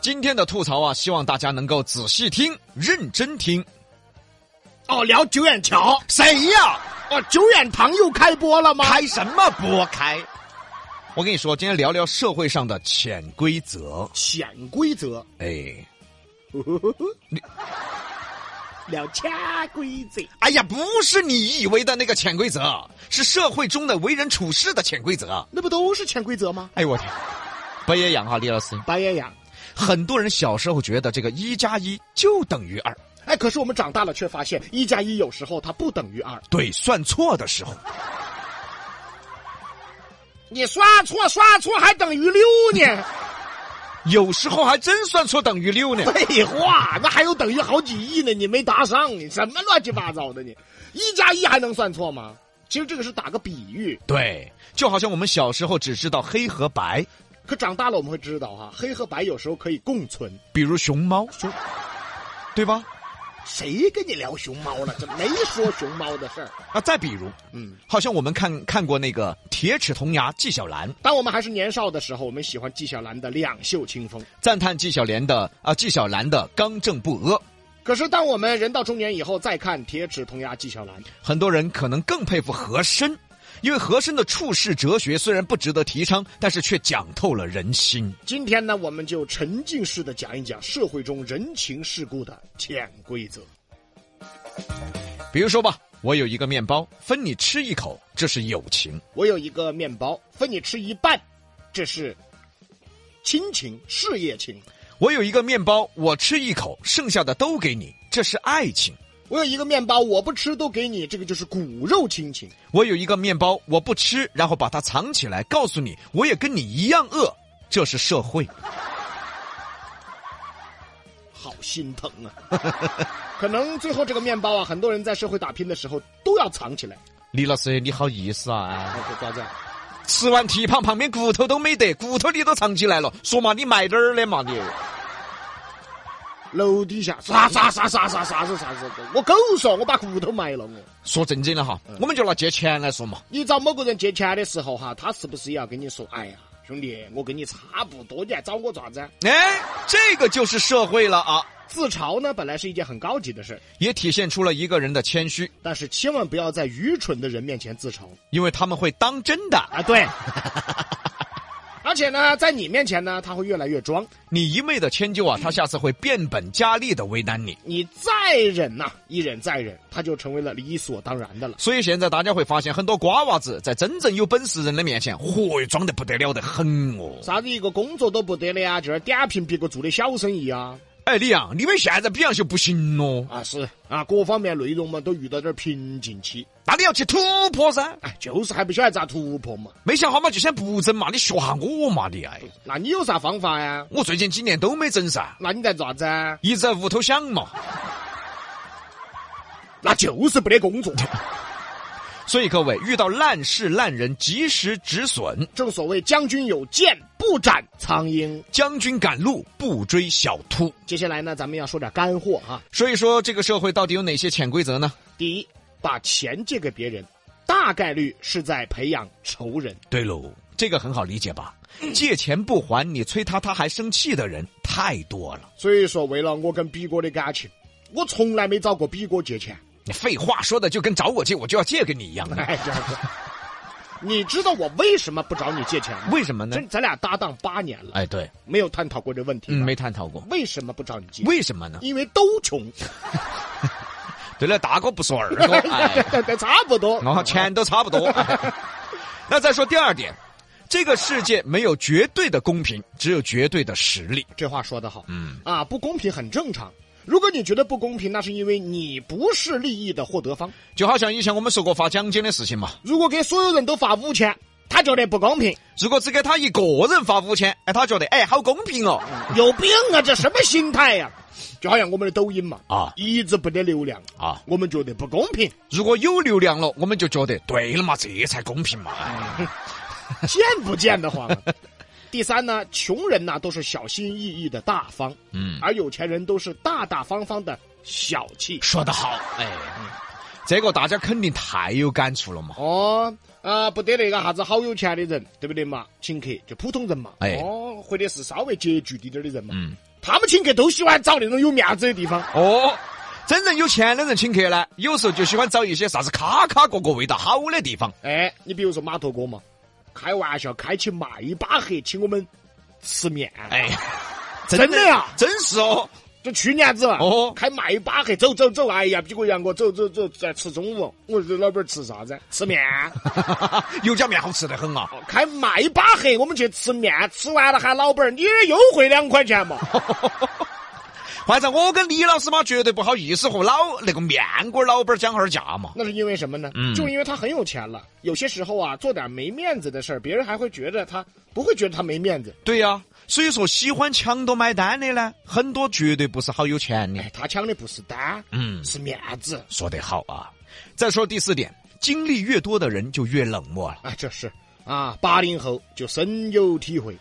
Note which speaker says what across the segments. Speaker 1: 今天的吐槽啊，希望大家能够仔细听、认真听。
Speaker 2: 哦，聊九眼桥
Speaker 1: 谁呀、
Speaker 2: 哦，九眼堂又开播了吗？
Speaker 1: 开什么播开？我跟你说，今天聊聊社会上的潜规则。
Speaker 2: 潜规则，
Speaker 1: 哎，
Speaker 2: 聊潜规则。
Speaker 1: 哎呀，不是你以为的那个潜规则，是社会中的为人处事的潜规则。
Speaker 2: 那不都是潜规则吗？
Speaker 1: 哎呦我天，不一样哈、啊李老师。
Speaker 2: 白眼羊。
Speaker 1: 很多人小时候觉得这个一加一就等于二，
Speaker 2: 哎，可是我们长大了却发现，一加一有时候它不等于二。
Speaker 1: 对，算错的时候。
Speaker 2: 你算错，算错还等于六呢？
Speaker 1: 有时候还真算错等于六呢。
Speaker 2: 废话，那还有等于好几亿呢，你没答上，你什么乱七八糟的你？一加一还能算错吗？其实这个是打个比喻，
Speaker 1: 对，就好像我们小时候只知道黑和白，
Speaker 2: 可长大了我们会知道哈、黑和白有时候可以共存。
Speaker 1: 比如熊猫，对吧？
Speaker 2: 谁跟你聊熊猫了？这没说熊猫的事儿。
Speaker 1: 啊，再比如，
Speaker 2: 嗯，
Speaker 1: 好像我们看看过那个《铁齿铜牙纪晓岚》，
Speaker 2: 当我们还是年少的时候，我们喜欢纪晓岚的两袖清风。
Speaker 1: 赞叹纪晓岚的啊，纪晓岚的刚正不阿。
Speaker 2: 可是，当我们人到中年以后，再看《铁齿铜牙纪晓岚》，
Speaker 1: 很多人可能更佩服和珅，因为和珅的处世哲学虽然不值得提倡，但是却讲透了人心。
Speaker 2: 今天呢，我们就沉浸式的讲一讲社会中人情世故的潜规则。
Speaker 1: 比如说吧，我有一个面包，分你吃一口，这是友情；
Speaker 2: 我有一个面包，分你吃一半，这是亲情、事业情；
Speaker 1: 我有一个面包，我吃一口，剩下的都给你，这是爱情；
Speaker 2: 我有一个面包，我不吃都给你，这个就是骨肉亲情；
Speaker 1: 我有一个面包，我不吃，然后把它藏起来，告诉你，我也跟你一样饿，这是社会。
Speaker 2: 好心疼啊！可能最后这个面包啊，很多人在社会打拼的时候都要藏起来。
Speaker 1: 李老师，你好意思啊？
Speaker 2: 哎咋子？
Speaker 1: 吃完蹄膀旁边骨头都没得，骨头你都藏起来了，说嘛你埋哪儿的嘛你？
Speaker 2: 楼底下啥啥啥啥啥啥子啥子的，我狗说我把骨头埋了我。
Speaker 1: 说正经的哈，我们就拿借钱来说嘛，
Speaker 2: 你找某个人借钱的时候哈，他是不是也要跟你说，哎呀，兄弟，我跟你差不多，你还找我爪子？
Speaker 1: 哎，这个就是社会了啊，
Speaker 2: 自嘲呢，本来是一件很高级的事儿，
Speaker 1: 也体现出了一个人的谦虚，
Speaker 2: 但是千万不要在愚蠢的人面前自嘲
Speaker 1: 因为他们会当真的。
Speaker 2: 啊！对，而且呢，在你面前呢，他会越来越装。
Speaker 1: 你一味的迁就啊，他下次会变本加厉的为难你。
Speaker 2: 你再忍呐、一忍再忍，他就成为了理所当然的了。
Speaker 1: 所以现在大家会发现，很多瓜娃子在真正有本事人的面前，嚯，装得不得了的很哦。
Speaker 2: 啥子一个工作都不得的呀，就是点评别个做的小生意啊，
Speaker 1: 哎，李阳，你们现在比样就不行咯，
Speaker 2: 啊是啊，各方面内容嘛都遇到点儿瓶颈期，
Speaker 1: 那你要去突破噻。
Speaker 2: 哎，就是还不晓得咋突破嘛。
Speaker 1: 没想好嘛，就先不整嘛，你学下我嘛，你哎，
Speaker 2: 那你有啥方法呀？
Speaker 1: 我最近几年都没整噻，
Speaker 2: 那你在做啥子啊？
Speaker 1: 一直在屋头想嘛。
Speaker 2: 那就是不得工作。
Speaker 1: 所以各位，遇到烂事烂人，及时止损。
Speaker 2: 正所谓将军有剑，不斩苍蝇。
Speaker 1: 将军赶路，不追小兔。
Speaker 2: 接下来呢，咱们要说点干货哈。
Speaker 1: 所以说，这个社会到底有哪些潜规则呢？
Speaker 2: 第一，把钱借给别人，大概率是在培养仇人。
Speaker 1: 对喽，这个很好理解吧？借钱不还，你催他，他还生气的人太多了。
Speaker 2: 所以说，为了我跟比哥的感情，我从来没找过比哥借钱。
Speaker 1: 你废话说的就跟找我借，我就要借给你一样的。啊
Speaker 2: 哎，这样子， 你知道我为什么不找你借钱吗？
Speaker 1: 为什么呢
Speaker 2: 这？咱俩搭档八年
Speaker 1: 嗯
Speaker 2: 了，
Speaker 1: 哎，对，
Speaker 2: 没有探讨过这问题
Speaker 1: 嗯，
Speaker 2: 吧。
Speaker 1: 没探讨过，
Speaker 2: 为什么不找你借？
Speaker 1: 为什么呢？
Speaker 2: 因为都 穷，
Speaker 1: 对了，大哥不说二哥， 哎，
Speaker 2: 差不多。
Speaker 1: 然后钱都差不多。 哎那再说第二点，这个世界没有绝对的公平，只有绝对的实力。
Speaker 2: 这话说得好，
Speaker 1: 嗯，
Speaker 2: 啊，不公平很正常。如果你觉得不公平，那是因为你不是利益的获得方。
Speaker 1: 就好像以前我们说过发奖金的事情嘛，
Speaker 2: 如果给所有人都发五千，他觉得不公平，
Speaker 1: 如果只给他一个人发五千，哎，他觉得哎好公平哦。
Speaker 2: 有病啊！这什么心态呀、就好像我们的抖音嘛，
Speaker 1: 啊
Speaker 2: 一直不得流量，
Speaker 1: 啊，
Speaker 2: 我们觉得不公 平。
Speaker 1: 如果有流量了，我们就觉得对了嘛，这才公平嘛。哎
Speaker 2: 见不见得慌啊。第三呢，穷人呐都是小心翼翼的大方，
Speaker 1: 嗯，
Speaker 2: 而有钱人都是大大方方的小气。
Speaker 1: 说得好，哎，这个大家肯定太有感触了嘛。
Speaker 2: 哦，啊，不得那个啥子好有钱的人，对不对嘛？请客就普通人嘛，
Speaker 1: 哎
Speaker 2: 哦，或者是稍微拮据一点的人嘛，
Speaker 1: 嗯，
Speaker 2: 他们请客都喜欢找那种有面子的地方。
Speaker 1: 哦，真正有钱的人请客呢，有时候就喜欢找一些啥子咔咔角角味道好的地方。
Speaker 2: 哎，你比如说码头哥嘛，开玩笑开起迈巴赫请我们吃面，哎，
Speaker 1: 哎，
Speaker 2: 真的呀
Speaker 1: 真是哦。
Speaker 2: 就去年子嘛，
Speaker 1: 哦
Speaker 2: 开迈巴赫走走走，哎呀，屁股杨哥走走走，在吃中午，我说老板儿吃啥子？吃面。
Speaker 1: 油加面好吃得很啊！
Speaker 2: 哦开迈巴赫，我们去吃面，吃完了喊老板儿，你又会两块 钱嘛？
Speaker 1: 反正我跟李老师嘛，绝对不好意思和老那个面馆老板讲哈儿价嘛。
Speaker 2: 那是因为什么呢？
Speaker 1: 嗯
Speaker 2: 就是因为他很有钱了，有些时候啊，做点没面子的事儿，别人还会觉得他不会觉得他没面子。
Speaker 1: 对呀、所以说喜欢抢夺买单的呢，很多绝对不是好有钱的
Speaker 2: 哎。，他抢的不是单，
Speaker 1: 嗯，
Speaker 2: 是面子
Speaker 1: 说得好啊。再说第四点，经历越多的人就越冷漠了。
Speaker 2: 啊，这是啊，八零后就深有体会。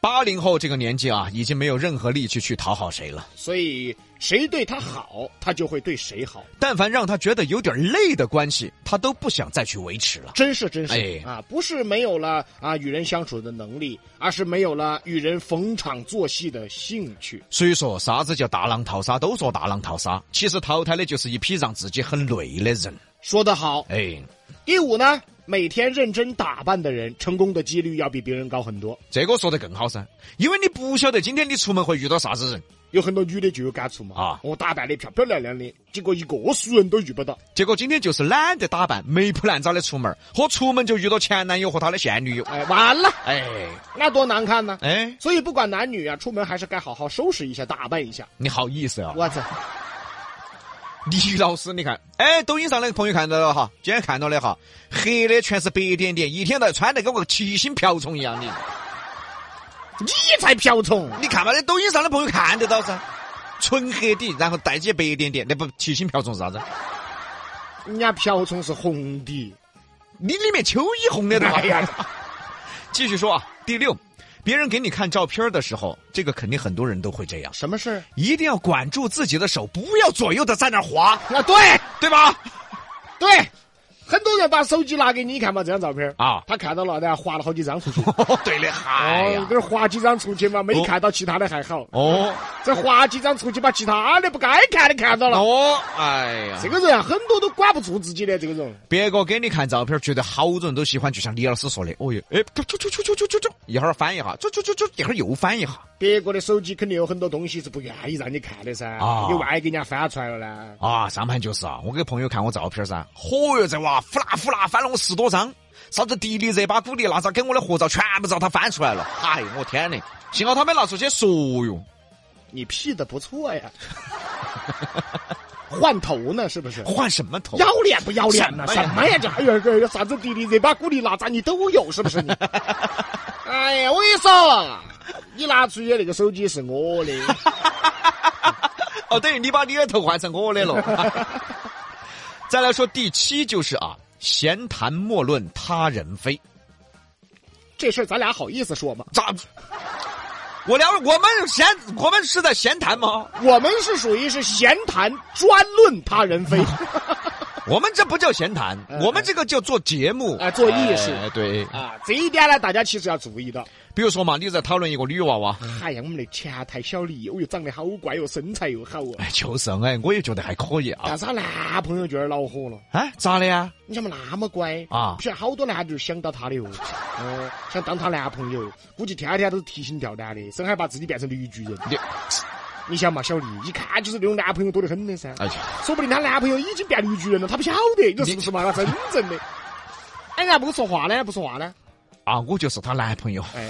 Speaker 1: 八零后这个年纪啊，已经没有任何力气去讨好谁了。
Speaker 2: 所以谁对他好，他就会对谁好，
Speaker 1: 但凡让他觉得有点累的关系，他都不想再去维持了。
Speaker 2: 真是真是、
Speaker 1: 哎
Speaker 2: 啊！不是没有了啊与人相处的能力，而是没有了与人逢场作戏的兴趣。
Speaker 1: 所以说，啥子叫大浪淘沙？都说大浪淘沙，其实淘汰的就是一批让自己很累的人。
Speaker 2: 说得好。
Speaker 1: 哎，
Speaker 2: 第五呢，每天认真打扮的人，成功的几率要比别人高很多。
Speaker 1: 这个说得更好噻，因为你不晓得今天你出门会遇到啥子人，
Speaker 2: 有很多女的就有感触嘛
Speaker 1: 啊
Speaker 2: 我打扮的漂漂亮亮的，结果一个熟人都遇不到。
Speaker 1: 结果今天就是懒得打扮，没铺烂渣的出门，和出门就遇到前男友和他的现女友。
Speaker 2: 哎，完了，
Speaker 1: 哎
Speaker 2: 那多难看呢！
Speaker 1: 哎，
Speaker 2: 所以不管男女啊，出门还是该好好收拾一下，打扮一下。
Speaker 1: 你好意思啊，
Speaker 2: 我操，
Speaker 1: 李老师，你看，哎，抖音上那个朋友看到了哈，今天看到了哈，黑的全是白点点，一天到晚穿得跟个七星瓢虫一样的。
Speaker 2: 你才瓢虫！
Speaker 1: 你看嘛，那抖音上的朋友看得到噻，纯黑底，然后带起白点点，那不七星瓢虫是啥子？
Speaker 2: 人家瓢虫是红的，
Speaker 1: 你里面秋衣红的都。
Speaker 2: 哎呀，
Speaker 1: 继续说啊，第六，别人给你看照片的时候，这个肯定很多人都会这样，
Speaker 2: 什么事儿？
Speaker 1: 一定要管住自己的手，不要左右的在那儿滑，
Speaker 2: 啊，对
Speaker 1: 对吧？
Speaker 2: 对，很多人把手机拿给你看嘛，这张照片
Speaker 1: 啊
Speaker 2: 他看到了，然后划了好几张出去。
Speaker 1: 对的， 哎
Speaker 2: 哦，
Speaker 1: 呀，
Speaker 2: 这划几张出去嘛，没
Speaker 1: 哦
Speaker 2: 看到其他的还好，
Speaker 1: 哦
Speaker 2: 这划几张出去把其他的不该看的看到了。
Speaker 1: 哦，哎呀
Speaker 2: 这，个人啊，很多都管不住自己的，这个人
Speaker 1: 别个给你看照片，觉得好多人都喜欢，就像李老师说的，哦哟，哎，啾啾啾啾啾啾啾，一会儿翻一下，啾啾啾啾，一会儿又翻一下，
Speaker 2: 别个的手机肯定有很多东西是不愿意让你看的噻，
Speaker 1: 啊
Speaker 2: 你万一给人家翻出来了呢？
Speaker 1: 啊，上盘就是啊，我给朋友看我照片噻，嚯哟，这娃呼啦呼啦翻了我十多张，啥子迪丽热巴、古力娜扎跟我的合照全部遭他翻出来了，哎呦，我天嘞！幸好他没拿出去说哟，
Speaker 2: 你 P 的不错呀，换头呢是不是？
Speaker 1: 换什么头？
Speaker 2: 要脸不要脸呢？
Speaker 1: 什么
Speaker 2: 什
Speaker 1: 呀
Speaker 2: 么呀？这还有这啥子迪丽热巴、古力娜扎，你都有是 不是你？哎呀，我跟你说，啊你拿出去的那个手机是我的，
Speaker 1: 哦，等于你把你的头换成我的了。 再来说第七就是啊，闲谈莫论他人非，
Speaker 2: 这事儿咱俩好意思说吗？
Speaker 1: 咋？我聊我们闲，我们是在闲谈吗？
Speaker 2: 我们是属于是闲谈专论他人非，
Speaker 1: 我们这不叫闲谈，
Speaker 2: 嗯
Speaker 1: 我们这个叫做节目
Speaker 2: 哎做艺术
Speaker 1: 哎对，
Speaker 2: 啊，这一点呢，大家其实要注意到。
Speaker 1: 比如说嘛，你在讨论一个女娃娃，
Speaker 2: 哎呀，我们的前台小丽，哦哟，长得好乖哟，身材又好哦。
Speaker 1: 哎，就是哎，我也觉得还可以啊。
Speaker 2: 但是她男朋友就有点恼火了，
Speaker 1: 哎，咋的呀？
Speaker 2: 你想嘛那么乖
Speaker 1: 啊
Speaker 2: 不晓得好多男的就想到她的哦， 哦，想当她男朋友，估计天天都是提心吊胆的，生怕把自己变成绿巨人。
Speaker 1: 你，
Speaker 2: 你想嘛，小丽一看就是那种男朋友多得很的噻，
Speaker 1: 哎呀，
Speaker 2: 说不定她男朋友已经变绿巨人了，她不晓得，你说是不是嘛？那真正的， 哎，人家不说话呢，不说话呢，
Speaker 1: 啊，我就是她男朋友，
Speaker 2: 哎，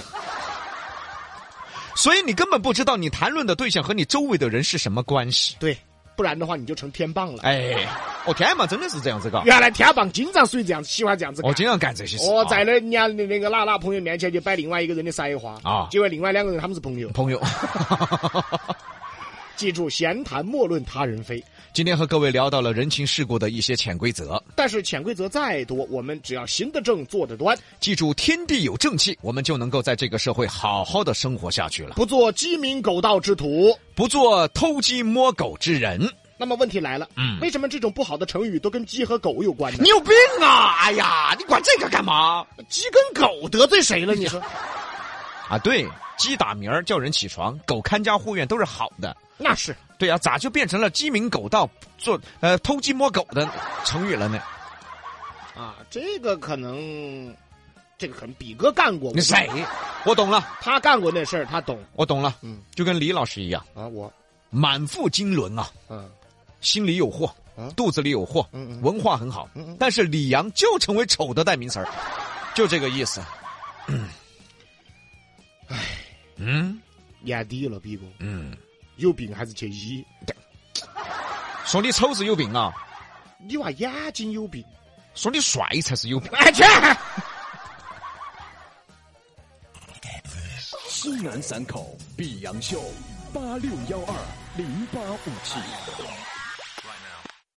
Speaker 1: 所以你根本不知道你谈论的对象和你周围的人是什么关系。
Speaker 2: 对，不然的话你就成天棒了。
Speaker 1: 哎，我、天嘛，真的是这样子 嘎。
Speaker 2: 原来天棒经常属于这样子，喜欢这样子干。
Speaker 1: 我经常干这些事。
Speaker 2: 哦，
Speaker 1: 啊
Speaker 2: 在那人家的那个娜娜朋友面前就摆另外一个人的腮花
Speaker 1: 啊
Speaker 2: 结果另外两个人他们是朋友。
Speaker 1: 朋友，
Speaker 2: 记住，闲谈莫论他人非。
Speaker 1: 今天和各位聊到了人情世故的一些潜规则。
Speaker 2: 但是潜规则再多，我们只要行得正，坐得端，
Speaker 1: 记住，天地有正气，我们就能够在这个社会好好的生活下去了，
Speaker 2: 不做鸡鸣狗盗之徒。
Speaker 1: 不做偷鸡摸狗之人。
Speaker 2: 那么问题来了，
Speaker 1: 嗯
Speaker 2: 为什么这种不好的成语都跟鸡和狗有关呢
Speaker 1: 你？有病啊！哎呀，你管这个干嘛？
Speaker 2: 鸡跟狗得罪谁了？你说
Speaker 1: 啊，对，鸡打鸣儿叫人起床，狗看家护院都是好的。
Speaker 2: 那是
Speaker 1: 对啊，咋就变成了鸡鸣狗盗做呃偷鸡摸狗的成语了呢？
Speaker 2: 啊，这个可能，这个可能比哥干过，
Speaker 1: 你谁？我懂了，
Speaker 2: 他干过那事儿，他懂
Speaker 1: 我懂了，
Speaker 2: 嗯
Speaker 1: 就跟李老师一样，
Speaker 2: 啊，我，
Speaker 1: 满腹经纶啊，
Speaker 2: 嗯
Speaker 1: 心里有货
Speaker 2: 嗯，
Speaker 1: 肚子里有货，
Speaker 2: 嗯嗯
Speaker 1: 文化很好
Speaker 2: 嗯嗯，
Speaker 1: 但是李阳就成为丑的代名词儿，就这个意思。嗯，
Speaker 2: 眼低了，毕哥
Speaker 1: 嗯，
Speaker 2: 有病还是去医？
Speaker 1: 说你丑是有病啊，
Speaker 2: 你娃眼睛有病，
Speaker 1: 说你帅才是有病。
Speaker 2: 哎去，
Speaker 3: 西南散口碧阳秀八六幺二零八五七。